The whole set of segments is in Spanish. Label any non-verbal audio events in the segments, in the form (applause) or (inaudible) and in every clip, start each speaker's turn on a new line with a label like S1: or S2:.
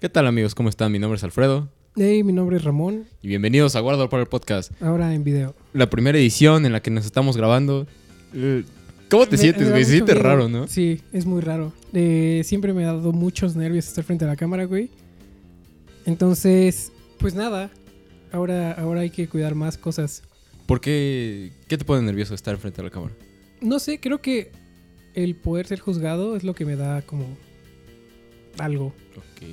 S1: ¿Qué tal amigos? ¿Cómo están? Mi nombre es Alfredo
S2: Hey, mi nombre es Ramón,
S1: y bienvenidos a Guardar para el Podcast,
S2: ahora en video.
S1: la primera edición en la que nos estamos grabando. Eh, ¿Cómo te
S2: Me- me
S1: sientes,
S2: da
S1: güey?
S2: eh, mucho
S1: Se siente
S2: miedo.
S1: raro, ¿no?
S2: Sí, es muy raro. Eh, siempre me ha dado muchos nervios estar frente a la cámara, güey. Entonces, pues nada, ahora, ahora hay que cuidar más cosas.
S1: ¿Por qué, qué te pone nervioso estar frente a la cámara?
S2: No sé, creo que el poder ser juzgado es lo que me da como algo.
S1: Ok.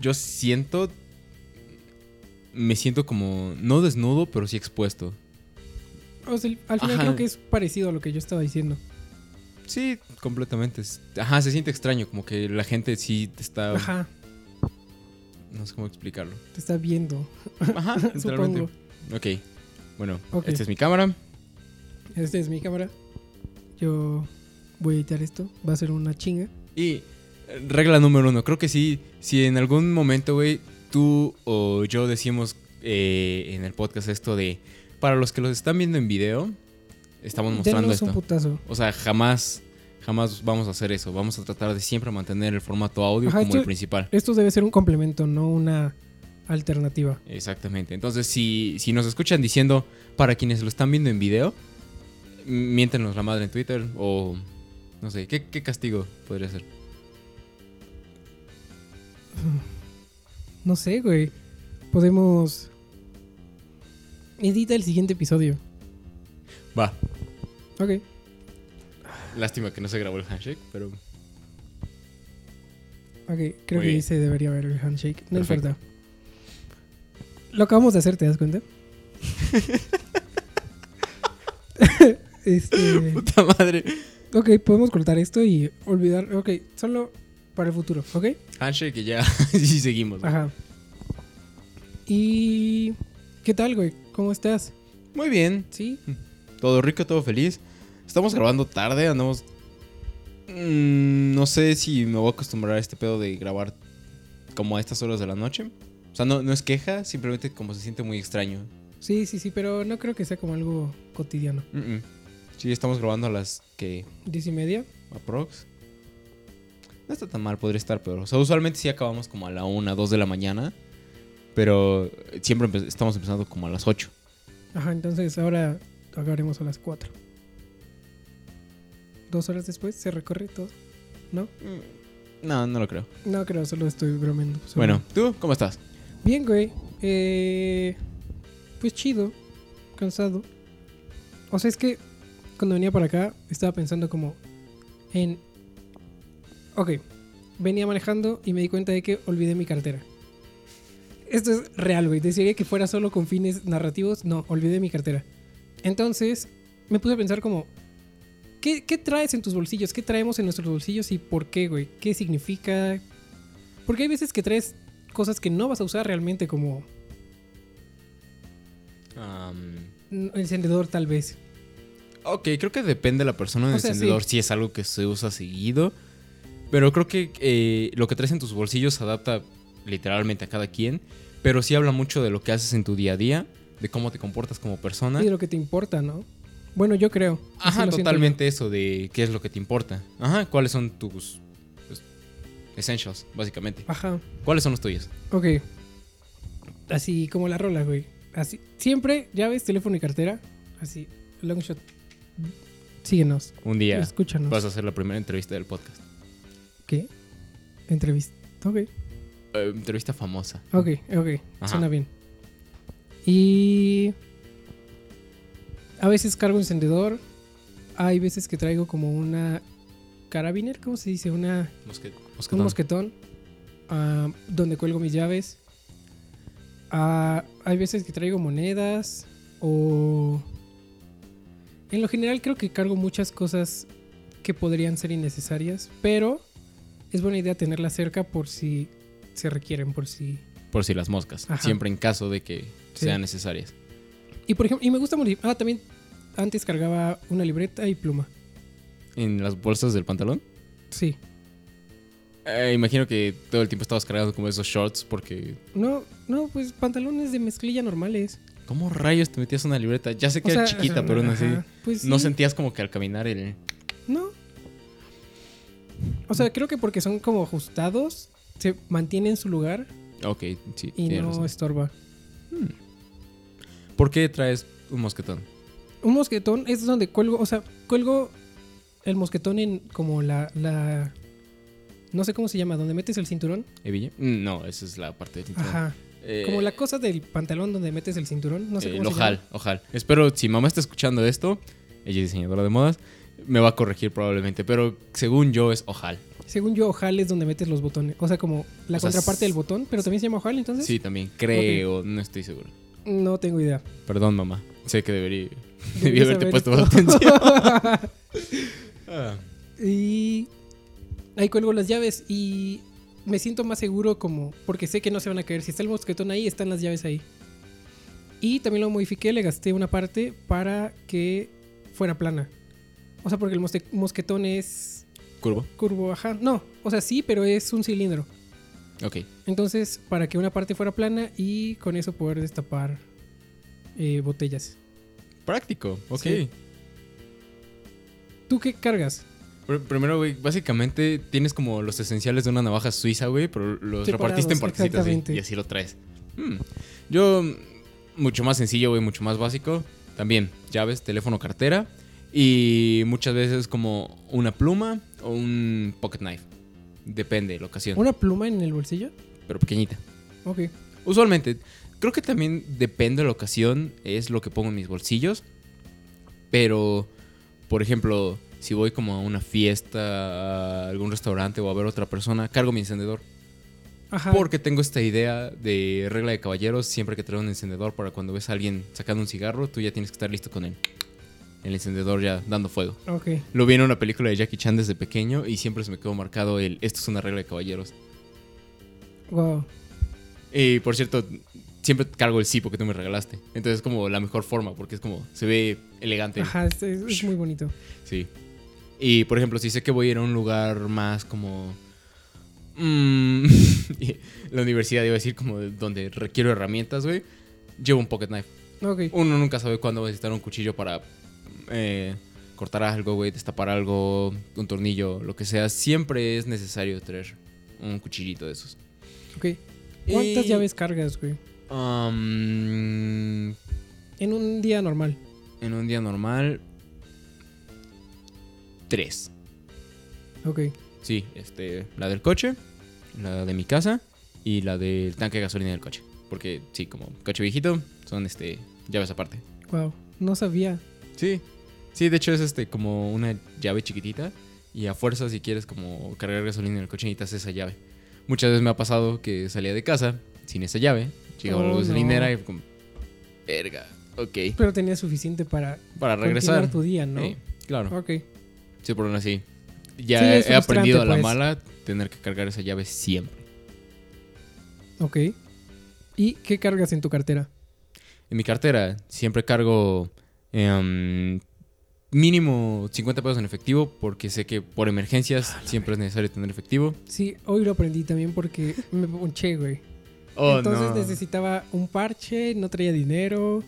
S1: Yo siento... Me siento como... No desnudo, pero sí expuesto.
S2: O sea, al final
S1: Ajá.
S2: creo que es parecido a lo que yo estaba diciendo.
S1: Sí, completamente. Es- Ajá, se siente extraño, como que la gente sí te está...
S2: Ajá,
S1: No sé cómo explicarlo.
S2: te está viendo,
S1: Ajá, literalmente.
S2: supongo.
S1: Ok. Bueno,
S2: Ok.
S1: esta es mi cámara.
S2: Esta es mi cámara. Yo voy a editar esto, va a ser una chinga.
S1: Y eh, regla número uno, creo que sí, si en algún momento, güey, tú o yo decimos eh, en el podcast esto de, para los que los están viendo en video, estamos mostrando
S2: Denos un
S1: esto.
S2: putazo.
S1: O sea, jamás, jamás vamos a hacer eso. Vamos a tratar de siempre mantener el formato audio
S2: Ajá,
S1: como
S2: yo-
S1: el principal.
S2: Esto debe ser un complemento, no una alternativa.
S1: Exactamente. Entonces, si, si nos escuchan diciendo, para quienes lo están viendo en video, miéntenos la madre en Twitter o... No sé, ¿qué, qué castigo podría ser?
S2: No sé, güey. Podemos... Edita el siguiente episodio.
S1: Va,
S2: Ok.
S1: lástima que no se grabó el handshake, pero...
S2: Ok, creo
S1: Muy
S2: que
S1: bien.
S2: ahí se debería ver el handshake. No
S1: Perfecto.
S2: importa. Lo acabamos de hacer, ¿te
S1: (laughs)
S2: das cuenta? este,
S1: Puta madre.
S2: ok, podemos cortar esto y olvidar. Ok, solo para el futuro, ¿ok?
S1: Handshake y ya. (laughs) sí, seguimos.
S2: Ajá. ¿Y qué tal, güey? ¿Cómo estás?
S1: Muy bien.
S2: ¿Sí?
S1: Todo rico, todo feliz. Estamos grabando tarde, andamos. Mm, no sé si me voy a acostumbrar a este pedo de grabar como a estas horas de la noche. O sea, no, no es queja, simplemente como se siente muy extraño.
S2: Sí, sí, sí, pero no creo que sea como algo cotidiano.
S1: Mm, mm. Sí, estamos grabando a las que.
S2: ¿Diez y media?
S1: aprox. No está tan mal, podría estar peor. O sea, usualmente sí acabamos como a la 1, 2 de la mañana. Pero siempre empe- estamos empezando como a las 8.
S2: Ajá, entonces ahora acabaremos a las cuatro. Dos horas después se recorre todo.
S1: No, no lo creo.
S2: No creo, solo estoy bromeando. solo-
S1: Bueno, ¿tú cómo estás?
S2: Bien, güey. Eh, pues chido. Cansado. O sea, es que cuando venía para acá estaba pensando como en... Ok, venía manejando y me di cuenta de que olvidé mi cartera. Esto es real, güey. Desearía que fuera solo con fines narrativos. No, olvidé mi cartera. Entonces me puse a pensar como... ¿Qué, qué traes en tus bolsillos? ¿Qué traemos en nuestros bolsillos y por qué, güey? ¿Qué significa? Porque hay veces que traes cosas que no vas a usar realmente como un encendedor tal vez.
S1: ok, creo que depende de la persona del
S2: O sea,
S1: encendedor si es algo que se usa seguido. Pero creo que eh, lo que traes en tus bolsillos se adapta literalmente a cada quien. Pero sí habla mucho de lo que haces en tu día a día, de cómo te comportas como persona.
S2: Y de lo que te importa, ¿no? Bueno, yo creo. Así
S1: Ajá,
S2: lo siento
S1: totalmente eso de qué es lo que te importa. Ajá, cuáles son tus pues, essentials, básicamente.
S2: yo. Ajá.
S1: ¿Cuáles son los tuyos?
S2: Ok. Así como la rola, güey. Así. Siempre llaves, teléfono y cartera. Así. Long shot. Síguenos.
S1: Un día
S2: Escúchanos.
S1: vas a hacer la primera entrevista del podcast.
S2: ¿Qué? Entrevista. Ok.
S1: Eh, entrevista famosa.
S2: Ok, ok.
S1: Ajá.
S2: Suena bien. Y. A veces cargo encendedor. Hay veces que traigo como una. Carabiner, ¿cómo se dice? Una.
S1: Mosquet-
S2: un
S1: mosquetón.
S2: mosquetón ah, donde cuelgo mis llaves. Ah, hay veces que traigo monedas o... En lo general creo que cargo muchas cosas que podrían ser innecesarias, pero es buena idea tenerlas cerca por si se requieren, por si...
S1: Por si las moscas.
S2: Ajá.
S1: Siempre en caso de que
S2: Sí.
S1: sean necesarias.
S2: Y por ejemplo, y me gusta morir... Ah, también antes cargaba una libreta y pluma.
S1: ¿En las bolsas del pantalón?
S2: Sí.
S1: Eh, imagino que todo el tiempo estabas cargando como esos shorts porque...
S2: No, no, pues pantalones de mezclilla normales.
S1: ¿Cómo rayos te metías una libreta? Ya sé que
S2: O
S1: era
S2: sea,
S1: chiquita, pero aún así...
S2: ajá, Pues
S1: No
S2: sí,
S1: sentías como que al caminar el...
S2: No, O sea, creo que porque son como ajustados, se mantiene en su lugar
S1: Ok, sí.
S2: y
S1: tienes
S2: no
S1: razón.
S2: estorba.
S1: ¿Por qué traes un mosquetón?
S2: Un mosquetón es donde cuelgo, o sea, cuelgo el mosquetón en como la, la... No sé cómo se llama, donde metes el cinturón.
S1: ¿Hebilla? Mm, No, esa es la parte del cinturón.
S2: Ajá.
S1: Eh,
S2: Como la cosa del pantalón donde metes el cinturón. No sé
S1: eh,
S2: cómo
S1: el
S2: se llama.
S1: ojal, ojal. Espero, si mamá está escuchando esto, ella es diseñadora de modas, me va a corregir probablemente, pero según yo es ojal.
S2: Según yo, ojal es donde metes los botones. O sea, como la
S1: O sea,
S2: contraparte
S1: s-
S2: del botón, pero también se llama ojal, entonces.
S1: Sí, también creo, no estoy seguro.
S2: No tengo idea.
S1: Perdón, mamá. Sé que
S2: (laughs)
S1: debería, debí
S2: Debes
S1: haberte
S2: saber
S1: puesto
S2: esto.
S1: más atención.
S2: (laughs)
S1: Ah,
S2: y ahí cuelgo las llaves y me siento más seguro como porque sé que no se van a caer. Si está el mosquetón ahí, están las llaves ahí. Y también lo modifiqué, le gasté una parte para que fuera plana. O sea, porque el mosque- mosquetón es
S1: Curvo.
S2: curvo, ajá. No, o sea, sí, pero es un cilindro.
S1: Ok.
S2: Entonces, para que una parte fuera plana y con eso poder destapar eh, botellas.
S1: Práctico, ok.
S2: Sí. ¿Tú qué cargas?
S1: Pr- Primero, güey, básicamente tienes como los esenciales de una navaja suiza, güey, pero los
S2: Separados,
S1: repartiste en partecitas güey,
S2: exactamente.
S1: y así lo traes. Hmm. Yo, mm, mucho más sencillo, güey, mucho más básico. También, llaves, teléfono, cartera y muchas veces como una pluma o un pocket knife. Depende, la ocasión,
S2: ¿Una pluma en el bolsillo?
S1: pero pequeñita.
S2: Ok.
S1: Usualmente, creo que también depende de la ocasión, es lo que pongo en mis bolsillos. Pero, por ejemplo, si voy como a una fiesta, a algún restaurante o a ver a otra persona, cargo mi encendedor.
S2: Ajá.
S1: Porque tengo esta idea de regla de caballeros, siempre que traigo un encendedor para cuando ves a alguien sacando un cigarro, tú ya tienes que estar listo con él. El encendedor ya dando fuego.
S2: Ok.
S1: Lo vi en una película de Jackie Chan desde pequeño y siempre se me quedó marcado el esto es una regla de caballeros.
S2: Wow.
S1: Y por cierto, siempre cargo el cipo que tú me regalaste. Entonces es como la mejor forma, porque es como, se ve elegante.
S2: Ajá, es, es- es muy bonito.
S1: Sí. Y por ejemplo, si sé que voy a ir a un lugar más como... mm, (laughs) la universidad iba a decir como donde requiero herramientas, güey. Llevo un pocket knife.
S2: Ok.
S1: Uno nunca sabe cuándo va a necesitar un cuchillo para eh, cortar algo, güey, destapar algo, un tornillo, lo que sea. Siempre es necesario traer un cuchillito de esos.
S2: ok. ¿Cuántas
S1: Y-
S2: llaves cargas, güey?
S1: Um,
S2: En un día normal.
S1: En un día normal. Tres.
S2: Ok.
S1: Sí, este. La del coche, la de mi casa y la del tanque de gasolina del coche. Porque, sí, como coche viejito, son este. llaves aparte.
S2: Wow. No sabía.
S1: Sí. Sí, de hecho es este como una llave chiquitita. Y a fuerza, si quieres como cargar gasolina en el coche, necesitas esa llave. Muchas veces me ha pasado que salía de casa sin esa llave. Llegaba a la
S2: Oh,
S1: gasolinera
S2: no.
S1: y como. Verga. Ok.
S2: Pero tenía suficiente para
S1: Para regresar.
S2: continuar tu día, ¿no?
S1: Sí, claro.
S2: Ok.
S1: Sí, por una sí. Ya
S2: Sí, es
S1: he aprendido a la
S2: frustrante, pues.
S1: mala tener que cargar esa llave siempre.
S2: Ok. ¿Y qué cargas en tu cartera?
S1: En mi cartera siempre cargo em, mínimo 50 pesos en efectivo porque sé que por emergencias siempre es necesario tener efectivo.
S2: Sí, hoy lo aprendí también porque me ponché, güey.
S1: Oh,
S2: Entonces
S1: no.
S2: necesitaba un parche, no traía dinero.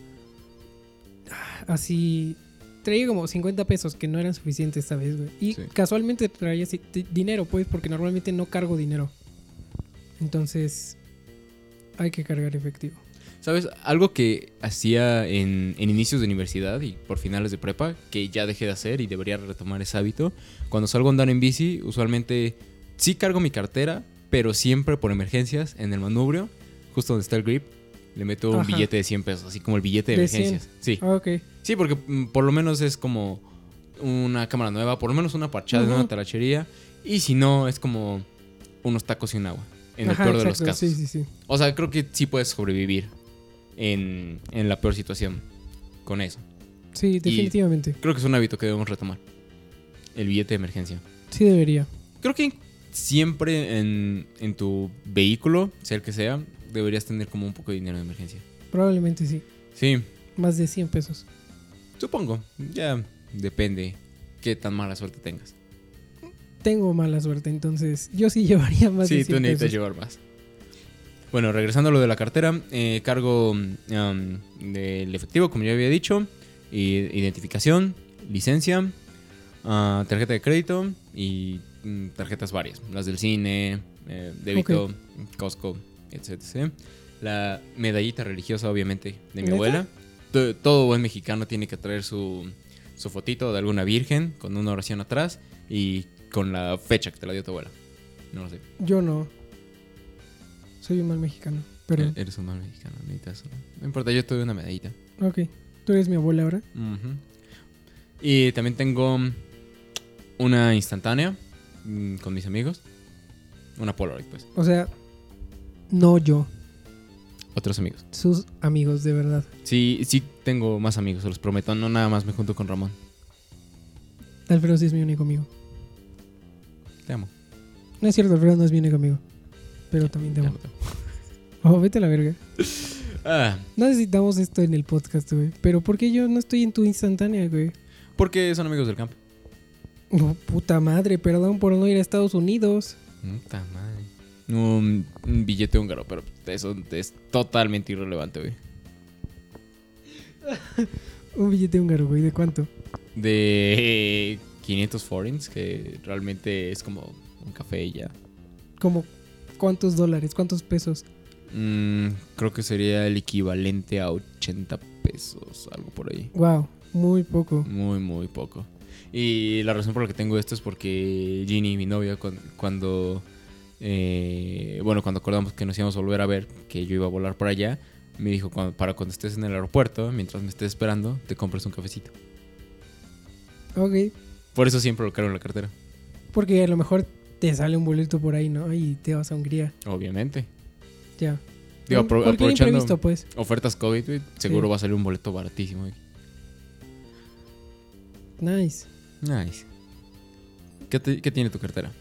S2: Así. Traía como 50 pesos que no eran suficientes esta vez, güey. Y
S1: Sí.
S2: casualmente traía así di- dinero, pues, porque normalmente no cargo dinero. Entonces. Hay que cargar efectivo.
S1: ¿Sabes? Algo que hacía en, en inicios de universidad y por finales de prepa, que ya dejé de hacer y debería retomar ese hábito, cuando salgo a andar en bici, usualmente sí cargo mi cartera, pero siempre por emergencias, en el manubrio, justo donde está el grip, le meto un
S2: Ajá.
S1: billete de 100 pesos, así como el billete de,
S2: De
S1: emergencias. Sí.
S2: Ah, ok.
S1: sí, porque mm, por lo menos es como una cámara nueva, por lo menos una parchada,
S2: Ujú.
S1: una talachería, y si no, es como unos tacos y un agua, en
S2: Ajá,
S1: el peor de los
S2: exacto,
S1: casos.
S2: Sí, sí, sí.
S1: O sea, creo que sí puedes sobrevivir en, en la peor situación con eso.
S2: Sí, definitivamente.
S1: Creo que es un hábito que debemos retomar. El billete de emergencia.
S2: Sí, debería.
S1: Creo que siempre en, en tu vehículo, sea el que sea, deberías tener como un poco de dinero de emergencia.
S2: Probablemente sí.
S1: Sí,
S2: Más de 100 pesos.
S1: supongo. Ya depende qué tan mala suerte tengas.
S2: Tengo mala suerte, entonces yo sí (laughs) llevaría más
S1: sí,
S2: de 100
S1: tú necesitas
S2: pesos.
S1: llevar más. Bueno, regresando a lo de la cartera, eh, cargo mm, am, del efectivo, como ya había dicho, i- identificación, licencia, ah, tarjeta de crédito y mm, tarjetas varias. Las del cine, eh, débito, Costco, etc. La medallita religiosa, obviamente, de mi
S2: ¿Neta?
S1: abuela. To- Todo buen mexicano tiene que traer su, su fotito de alguna virgen con una oración atrás y con la fecha que te la dio tu abuela. No lo sé.
S2: Yo no. Soy un mal mexicano. Pero,
S1: E- Eres un mal mexicano, necesitas. una- No importa, yo tuve una medallita.
S2: ok. Tú eres mi abuela ahora.
S1: Ujú. Y también tengo mm, una instantánea mm, con mis amigos. Una Polaroid, pues.
S2: O sea, no yo.
S1: Otros amigos.
S2: Sus amigos, de verdad.
S1: Sí, sí tengo más amigos, se los prometo. No nada más me junto con Ramón.
S2: Alfredo sí es mi único amigo.
S1: Te amo.
S2: No es cierto, Alfredo no es mi único amigo. Pero también te
S1: Te
S2: amo.
S1: amo, te amo.
S2: Oh, vete a la verga.
S1: Ah,
S2: No necesitamos esto en el podcast, güey. Pero ¿por qué yo no estoy en tu instantánea, güey?
S1: porque son amigos del campo.
S2: Oh, puta madre, perdón por no ir a Estados Unidos.
S1: Puta madre. Un, un billete húngaro, pero eso es totalmente irrelevante, güey.
S2: Un billete húngaro, güey. ¿De cuánto?
S1: De (laughs) 500 forints, que realmente es como un café y ya.
S2: Como cuántos dólares, cuántos pesos.
S1: Mm, creo que sería el equivalente a 80 pesos, algo por ahí.
S2: Wow, muy poco.
S1: Muy, muy poco. Y la razón por la que tengo esto es porque Ginny, mi novia, cuan- cuando. eh, bueno, cuando acordamos que nos íbamos a volver a ver, que yo iba a volar para allá, me dijo: "Cuan- Para cuando estés en el aeropuerto, mientras me estés esperando, te compras un cafecito.
S2: Ok,
S1: Por eso siempre lo cargo en la cartera.
S2: porque a lo mejor te sale un boleto por ahí, ¿no? Y te vas a Hungría.
S1: Obviamente. Mm,
S2: Ya.
S1: Digo, apro-
S2: ¿Por qué
S1: aprovechando
S2: imprevisto, pues?
S1: ofertas COVID, güey, seguro va a salir un boleto baratísimo. güey.
S2: Nice.
S1: Nice. ¿Qué, te- ¿Qué tiene tu cartera?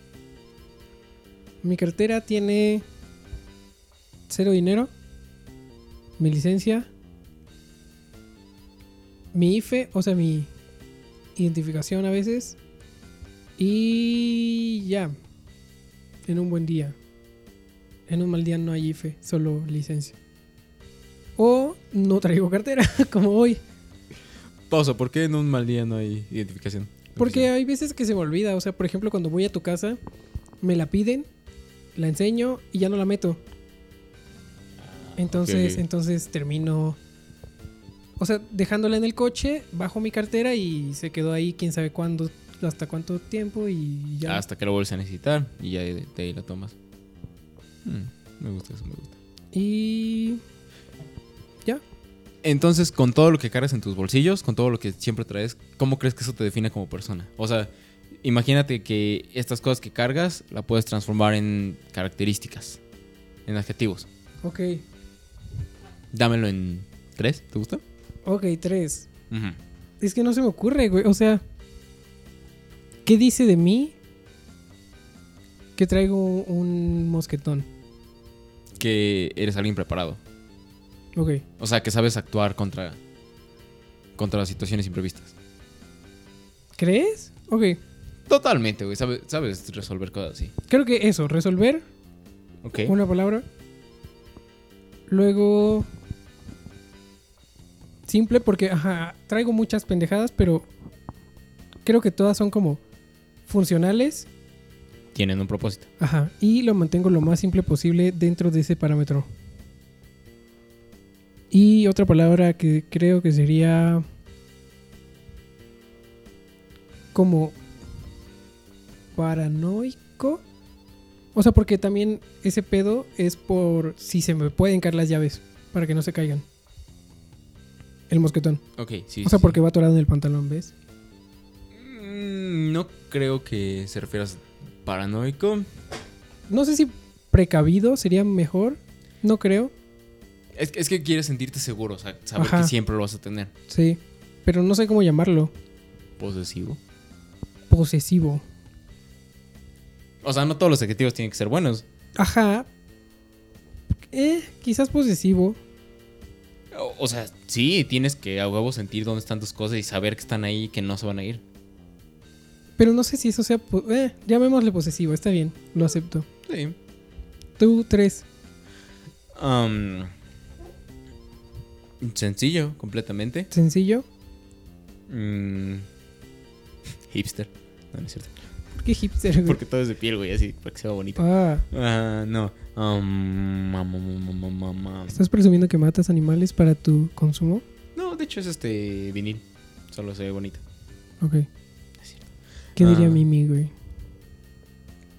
S2: Mi cartera tiene cero dinero, mi licencia, mi IFE, o sea, mi identificación a veces, y ya, en un buen día. En un mal día no hay IFE, solo licencia. O no traigo cartera, (laughs) como hoy,
S1: Pausa, ¿por qué en un mal día no hay identificación?
S2: porque hay veces que se me olvida, o sea, por ejemplo, cuando voy a tu casa, me la piden, la enseño y ya no la meto. Entonces,
S1: ok.
S2: entonces termino. O sea, dejándola en el coche, bajo mi cartera y se quedó ahí quién sabe cuándo, hasta cuánto tiempo y ya.
S1: Hasta que lo vuelves a necesitar y ya de, de ahí la tomas. Mm, me gusta eso, me gusta.
S2: Y. Ya.
S1: Entonces, con todo lo que cargas en tus bolsillos, con todo lo que siempre traes, ¿cómo crees que eso te define como persona? O sea, imagínate que estas cosas que cargas la puedes transformar en características, en adjetivos.
S2: Ok.
S1: Dámelo en tres, ¿te gusta?
S2: Ok, tres.
S1: Ujú.
S2: Es que no se me ocurre, güey. O sea, ¿qué dice de mí que traigo un mosquetón?
S1: Que eres alguien preparado.
S2: Ok.
S1: O sea, que sabes actuar contra, contra las situaciones imprevistas.
S2: ¿Crees? Ok.
S1: Totalmente, güey. Sabes, sabes resolver cosas así.
S2: Creo que eso, resolver
S1: Ok.
S2: una palabra. Luego. Simple, porque ajá, traigo muchas pendejadas, pero creo que todas son como funcionales.
S1: Tienen un propósito.
S2: Ajá. Y lo mantengo lo más simple posible dentro de ese parámetro. Y otra palabra que creo que sería. Como. Paranoico. O sea, porque también ese pedo es por si se me pueden caer las llaves. Para que no se caigan. El mosquetón.
S1: Ok, sí.
S2: O sea,
S1: sí,
S2: porque va atorado en el pantalón,
S1: sí.
S2: ¿ves?
S1: Mm, No creo que se refieras paranoico.
S2: No sé si precavido sería mejor. No creo.
S1: Es, que- es que quieres sentirte seguro, o sea, saber
S2: Ajá.
S1: que siempre lo vas a tener.
S2: Sí. Pero no sé cómo llamarlo.
S1: Posesivo.
S2: posesivo.
S1: O sea, no todos los adjetivos tienen que ser buenos.
S2: Ajá. Eh, quizás posesivo.
S1: O, o sea, sí, tienes que a huevo sentir dónde están tus cosas y saber que están ahí y que no se van a ir.
S2: Pero no sé si eso sea. po- Eh, llamémosle posesivo, está bien, lo acepto.
S1: Sí.
S2: Tú, tres.
S1: Am, Um, sencillo, completamente.
S2: Sencillo.
S1: Mm, hipster. No, no es cierto.
S2: Qué hipster, güey.
S1: Porque todo es de piel, güey, así, para que se vea bonito.
S2: Ah,
S1: Ah, no. Um, mam, mam, mam, mam, mam, mam.
S2: ¿estás presumiendo que matas animales para tu consumo?
S1: No, de hecho es este vinil. Solo se ve bonito.
S2: Ok. ¿Qué diría
S1: Ah.
S2: Mimi, güey?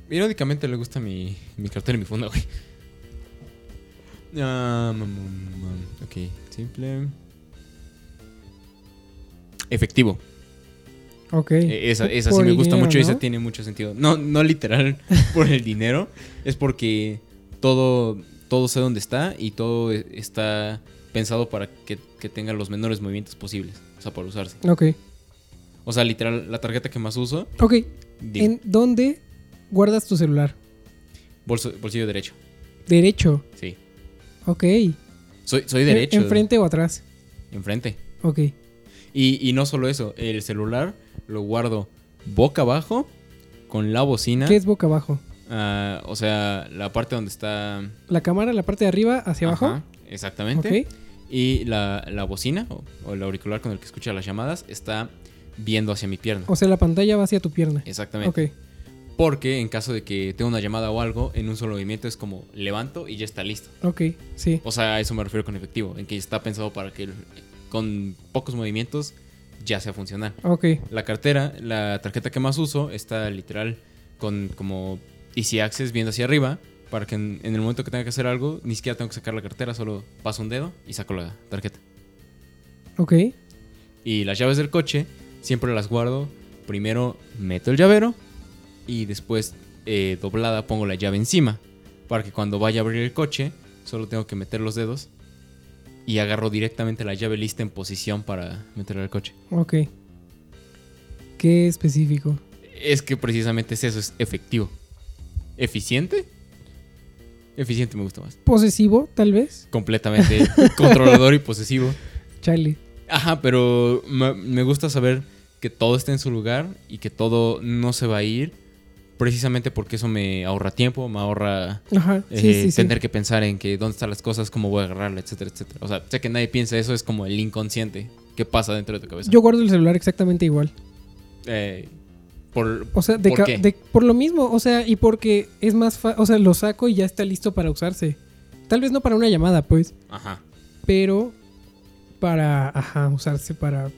S1: Irónicamente le gusta mi, mi cartón y mi funda, güey. Ah, mam, mam, mam. ok, simple. Efectivo.
S2: Ok.
S1: Eh, Esa,
S2: Por-
S1: esa sí
S2: por
S1: me
S2: el
S1: gusta
S2: dinero,
S1: mucho y esa
S2: ¿no?
S1: tiene mucho sentido. No, no
S2: (laughs)
S1: literal por el dinero, es porque todo, todo sé dónde está y todo e- está pensado para que, que tenga los menores movimientos posibles, o sea, para usarse.
S2: Ok.
S1: O sea, literal, la tarjeta que más uso,
S2: Ok.
S1: digo,
S2: ¿En dónde guardas tu celular?
S1: bolso- bolsillo derecho,
S2: Derecho.
S1: sí.
S2: Ok.
S1: Soy, soy derecho.
S2: ¿En- ¿Enfrente o atrás?
S1: Enfrente.
S2: Ok.
S1: Y, y no solo eso, el celular lo guardo boca abajo con la bocina.
S2: ¿Qué es boca abajo?
S1: ah, o sea, la parte donde está...
S2: La cámara, la parte de arriba, hacia abajo.
S1: Ajá, exactamente.
S2: Ok.
S1: Y la, la bocina o, o el auricular con el que escucha las llamadas está viendo hacia mi pierna.
S2: O sea, la pantalla va hacia tu pierna.
S1: Exactamente.
S2: Ok.
S1: Porque en caso de que tenga una llamada o algo, en un solo movimiento es como levanto y ya está listo.
S2: Ok. Sí.
S1: O sea, a eso me refiero con efectivo, en que está pensado para que el- con pocos movimientos ya sea funcional.
S2: Ok.
S1: La cartera, la tarjeta que más uso, está literal con como Easy Access viendo hacia arriba para que en, en el momento que tenga que hacer algo, ni siquiera tengo que sacar la cartera, solo paso un dedo y saco la tarjeta.
S2: Ok.
S1: Y las llaves del coche siempre las guardo. Primero meto el llavero y después eh, doblada pongo la llave encima. Para que cuando vaya a abrir el coche solo tengo que meter los dedos y agarro directamente la llave lista en posición para meterla al coche.
S2: Ok. Qué específico.
S1: Es que precisamente es eso, es efectivo. ¿Eficiente? Eficiente me gusta más.
S2: Posesivo, tal vez.
S1: Completamente controlador y posesivo.
S2: Chale.
S1: Ajá, pero me, me gusta saber que todo está en su lugar y que todo no se va a ir, precisamente porque eso me ahorra tiempo, me ahorra
S2: Ajá. Sí,
S1: eh,
S2: sí, sí.
S1: tener que pensar en que dónde están las cosas, cómo voy a agarrarla, etcétera, etcétera. O sea, sé que nadie piensa eso, es como el inconsciente que pasa dentro de tu cabeza.
S2: Yo guardo el celular exactamente igual.
S1: Eh, por,
S2: O sea, de
S1: ¿Por
S2: ca-
S1: qué?
S2: de- por lo mismo, o sea, y porque es más fácil, o sea, lo saco y ya está listo para usarse. Tal vez no para una llamada, pues,
S1: ajá.
S2: pero para, ajá, usarse para...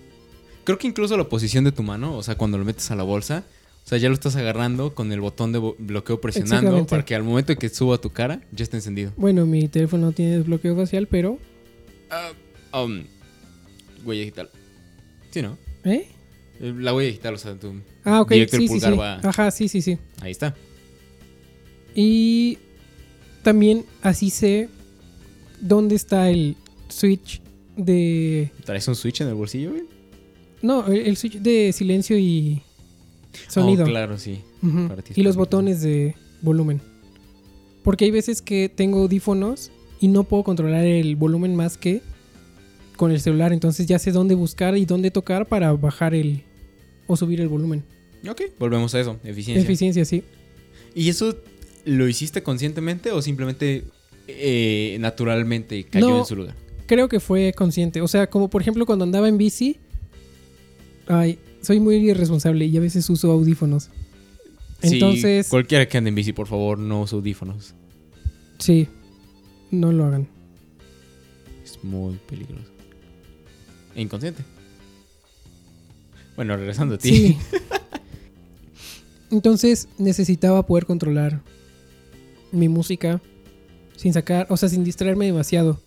S1: Creo que incluso la posición de tu mano, o sea, cuando lo metes a la bolsa, o sea, ya lo estás agarrando con el botón de bo- bloqueo presionando
S2: Exactamente.
S1: para que al momento de que suba tu cara ya está encendido.
S2: Bueno, mi teléfono no tiene desbloqueo facial, pero...
S1: Ah, um, huella digital. Sí, ¿no?
S2: ¿Eh?
S1: Eh, La huella digital, o sea, tú.
S2: Ah, ok,
S1: Directo el
S2: sí, sí,
S1: pulgar
S2: sí.
S1: va-
S2: Ajá, sí, sí, sí.
S1: Ahí está.
S2: Y también así sé dónde está el switch de...
S1: ¿Traes un switch en el bolsillo, güey?
S2: No, el, el switch de silencio y sonido.
S1: Oh, claro, sí.
S2: Ujú.
S1: Para ti
S2: Y los
S1: también.
S2: botones de volumen. Porque hay veces que tengo audífonos y no puedo controlar el volumen más que con el celular. Entonces ya sé dónde buscar y dónde tocar para bajar el o subir el volumen.
S1: Ok, volvemos a eso. Eficiencia.
S2: Eficiencia, sí.
S1: ¿Y eso lo hiciste conscientemente o simplemente eh, naturalmente cayó
S2: No.
S1: en su lugar?
S2: Creo que fue consciente. O sea, como por ejemplo cuando andaba en bici. Ay, soy muy irresponsable y a veces uso audífonos.
S1: Sí,
S2: Entonces-
S1: cualquiera que ande en bici, por favor, no use audífonos.
S2: Sí, no lo hagan.
S1: Es muy peligroso. E inconsciente. Bueno, regresando a ti. (laughs)
S2: Sí. Entonces necesitaba poder controlar mi música sin sacar, o sea, sin distraerme demasiado.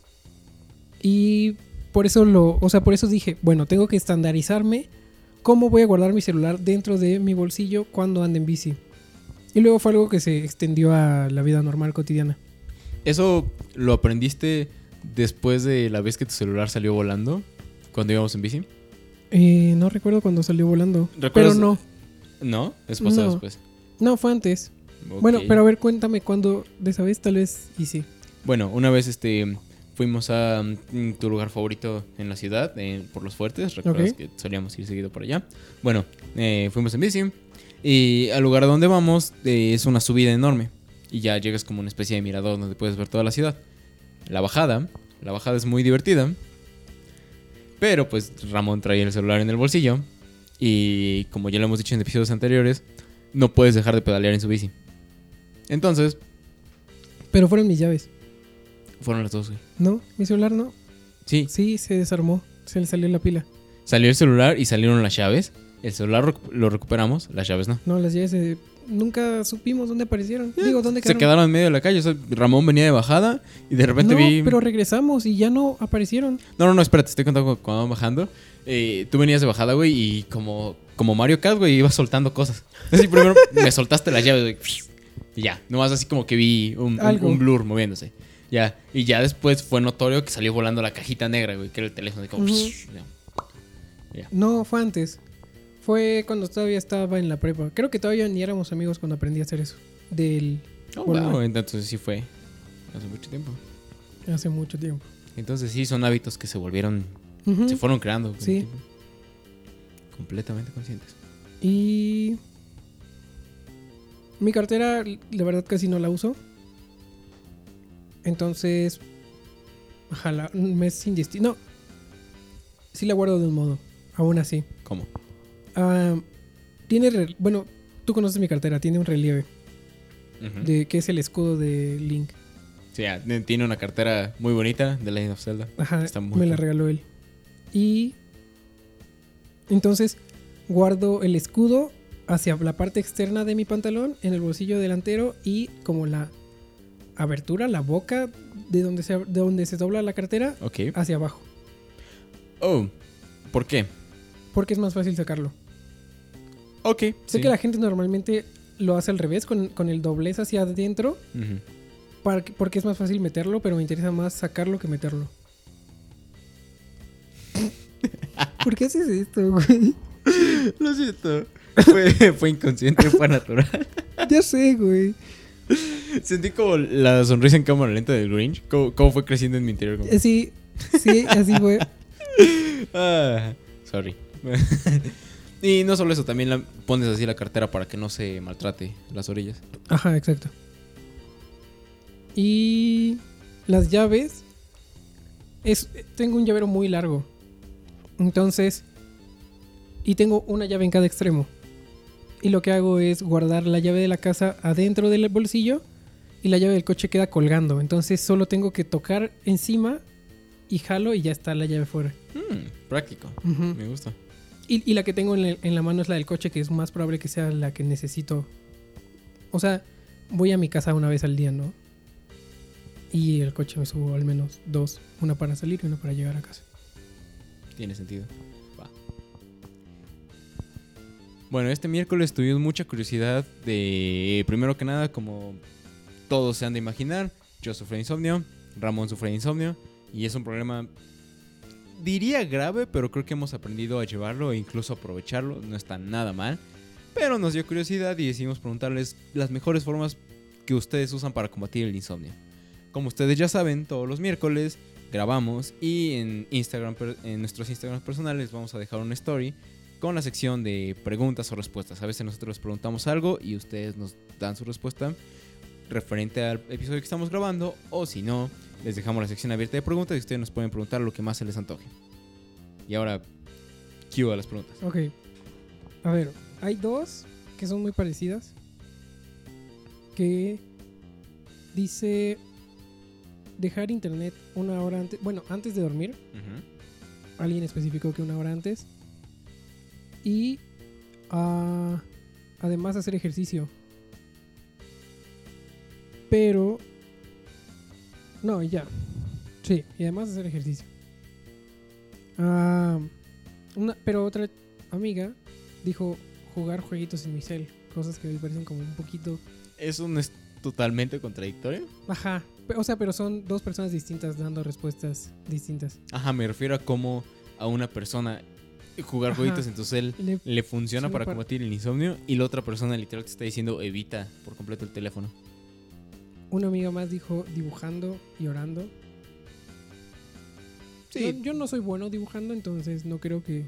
S2: Y por eso lo, o sea, por eso dije, bueno, tengo que estandarizarme cómo voy a guardar mi celular dentro de mi bolsillo cuando ande en bici. Y luego fue algo que se extendió a la vida normal cotidiana.
S1: ¿Eso lo aprendiste después de la vez que tu celular salió volando? Cuando íbamos en bici.
S2: Eh, no recuerdo cuando salió volando. Pero
S1: ¿Recuerdas-
S2: no,
S1: No, es pasado
S2: No.
S1: después.
S2: no fue antes.
S1: Ok.
S2: Bueno, pero a ver, cuéntame cuándo de esa vez, tal vez, y sí.
S1: Bueno, una vez este fuimos a mm, tu lugar favorito en la ciudad, eh, por los fuertes, recuerdas
S2: Ok.
S1: que solíamos ir seguido por allá. Bueno, eh, fuimos en bici y al lugar a donde vamos eh, es una subida enorme y ya llegas como una especie de mirador donde puedes ver toda la ciudad. La bajada, la bajada es muy divertida, pero pues Ramón traía el celular en el bolsillo y como ya lo hemos dicho en episodios anteriores, no puedes dejar de pedalear en su bici. Entonces,
S2: Pero fueron mis llaves.
S1: fueron las dos, güey.
S2: No, mi celular no.
S1: Sí,
S2: Sí, se desarmó. Se le salió la pila.
S1: salió el celular y salieron las llaves. El celular recu- lo recuperamos, las llaves no.
S2: No, las llaves eh, nunca supimos dónde aparecieron. Digo, ¿dónde
S1: Eh, Se
S2: quedaron?
S1: quedaron en medio de la calle. o sea, Ramón venía de bajada y de repente
S2: no,
S1: vi.
S2: pero regresamos y ya no aparecieron.
S1: No, no, no, espérate, estoy contando cu- cuando vamos bajando. Eh, tú venías de bajada, güey, y como, como Mario Kart, güey, ibas soltando cosas. Así
S2: (laughs)
S1: primero me soltaste las llaves, güey. Y ya, nomás así como que vi un, un-
S2: Algo.
S1: un blur moviéndose. Ya, y ya después fue notorio que salió volando la cajita negra, güey, que era el teléfono. así como,
S2: Ujú.
S1: ya.
S2: No, fue antes. Fue cuando todavía estaba en la prepa. Creo que todavía ni éramos amigos cuando aprendí a hacer eso. Del
S1: Oh,
S2: Bueno.
S1: wow, Entonces sí fue hace mucho tiempo.
S2: hace mucho tiempo.
S1: Entonces sí, son hábitos que se volvieron,
S2: Ujú.
S1: se fueron creando. con el
S2: Sí.
S1: tiempo. Completamente conscientes.
S2: Y mi cartera, la verdad casi no la uso. Entonces, ojalá, mm, me es indistinto. No, sí la guardo de un modo, aún así.
S1: ¿Cómo?
S2: Ah, tiene, re- bueno, tú conoces mi cartera, tiene un relieve
S1: Ujú.
S2: de que es el escudo de Link.
S1: Sí, ya, tiene una cartera muy bonita de Legend of Zelda.
S2: Ajá,
S1: Está muy
S2: me la
S1: cool.
S2: regaló él. Y entonces guardo el escudo hacia la parte externa de mi pantalón, en el bolsillo delantero y como la abertura, la boca de donde se, ab- de donde se dobla la cartera
S1: Ok.
S2: hacia abajo,
S1: Oh, ¿por qué?
S2: porque es más fácil sacarlo.
S1: Ok.
S2: Sé que la gente normalmente lo hace al revés, con, con el doblez hacia adentro,
S1: Ujú.
S2: para que- porque es más fácil meterlo, pero me interesa más sacarlo que
S1: (laughs)
S2: meterlo. ¿Por qué haces esto, güey?
S1: Lo siento. (laughs) Fue, fue inconsciente, fue natural.
S2: Ya sé, güey.
S1: (laughs) Sentí como la sonrisa en cámara lenta del Grinch. Cómo, cómo fue creciendo en mi interior. como,
S2: Eh, Sí, sí, así fue.
S1: ah, sorry. (laughs) y no solo eso, también la, pones así la cartera para que no se maltrate las orillas.
S2: Ajá, exacto. Y las llaves. Es, tengo un llavero muy largo. Entonces. Y tengo una llave en cada extremo. Y lo que hago es guardar la llave de la casa adentro del bolsillo. Y la llave del coche queda colgando. Entonces solo tengo que tocar encima. Y jalo y ya está la llave fuera.
S1: Mm, práctico.
S2: Ujú.
S1: Me gusta.
S2: Y, y la que tengo en, el- en la mano es la del coche, que es más probable que sea la que necesito. O sea, voy a mi casa una vez al día, ¿no? Y el coche me subo al menos dos. Una para salir y una para llegar a casa.
S1: Tiene sentido. Va. Bueno, este miércoles tuvimos mucha curiosidad de, primero que nada, como todos se han de imaginar, yo sufro de insomnio, Ramón sufre de insomnio, y es un problema, diría grave, pero creo que hemos aprendido a llevarlo e incluso aprovecharlo, no está nada mal, pero nos dio curiosidad y decidimos preguntarles las mejores formas que ustedes usan para combatir el insomnio. Como ustedes ya saben, todos los miércoles grabamos y en Instagram per- en nuestros Instagrams personales vamos a dejar una story con la sección de preguntas o respuestas. A veces nosotros les preguntamos algo y ustedes nos dan su respuesta referente al episodio que estamos grabando o si no, les dejamos la sección abierta de preguntas y ustedes nos pueden preguntar lo que más se les antoje. Y ahora, cue a las preguntas.
S2: Ok. A ver, hay dos que son muy parecidas. Que dice dejar internet una hora antes, bueno, antes de dormir. alguien especificó que una hora antes. Y ah, además hacer ejercicio. Pero... No, y ya. Sí, y además hacer ejercicio. Ah, una- pero otra amiga dijo jugar jueguitos en mi cel. Cosas que me parecen como un poquito...
S1: Eso no es totalmente contradictorio.
S2: Ajá. pe- O sea, pero son dos personas distintas dando respuestas distintas.
S1: Ajá, me refiero a cómo a una persona jugar
S2: Ajá.
S1: jueguitos en tu cel
S2: Le-
S1: le funciona
S2: Sí,
S1: para
S2: para-
S1: combatir el insomnio y la otra persona literal te está diciendo evita por completo el teléfono. (laughs)
S2: Una amiga más dijo dibujando y orando. Yo, yo no soy bueno dibujando, entonces no creo que.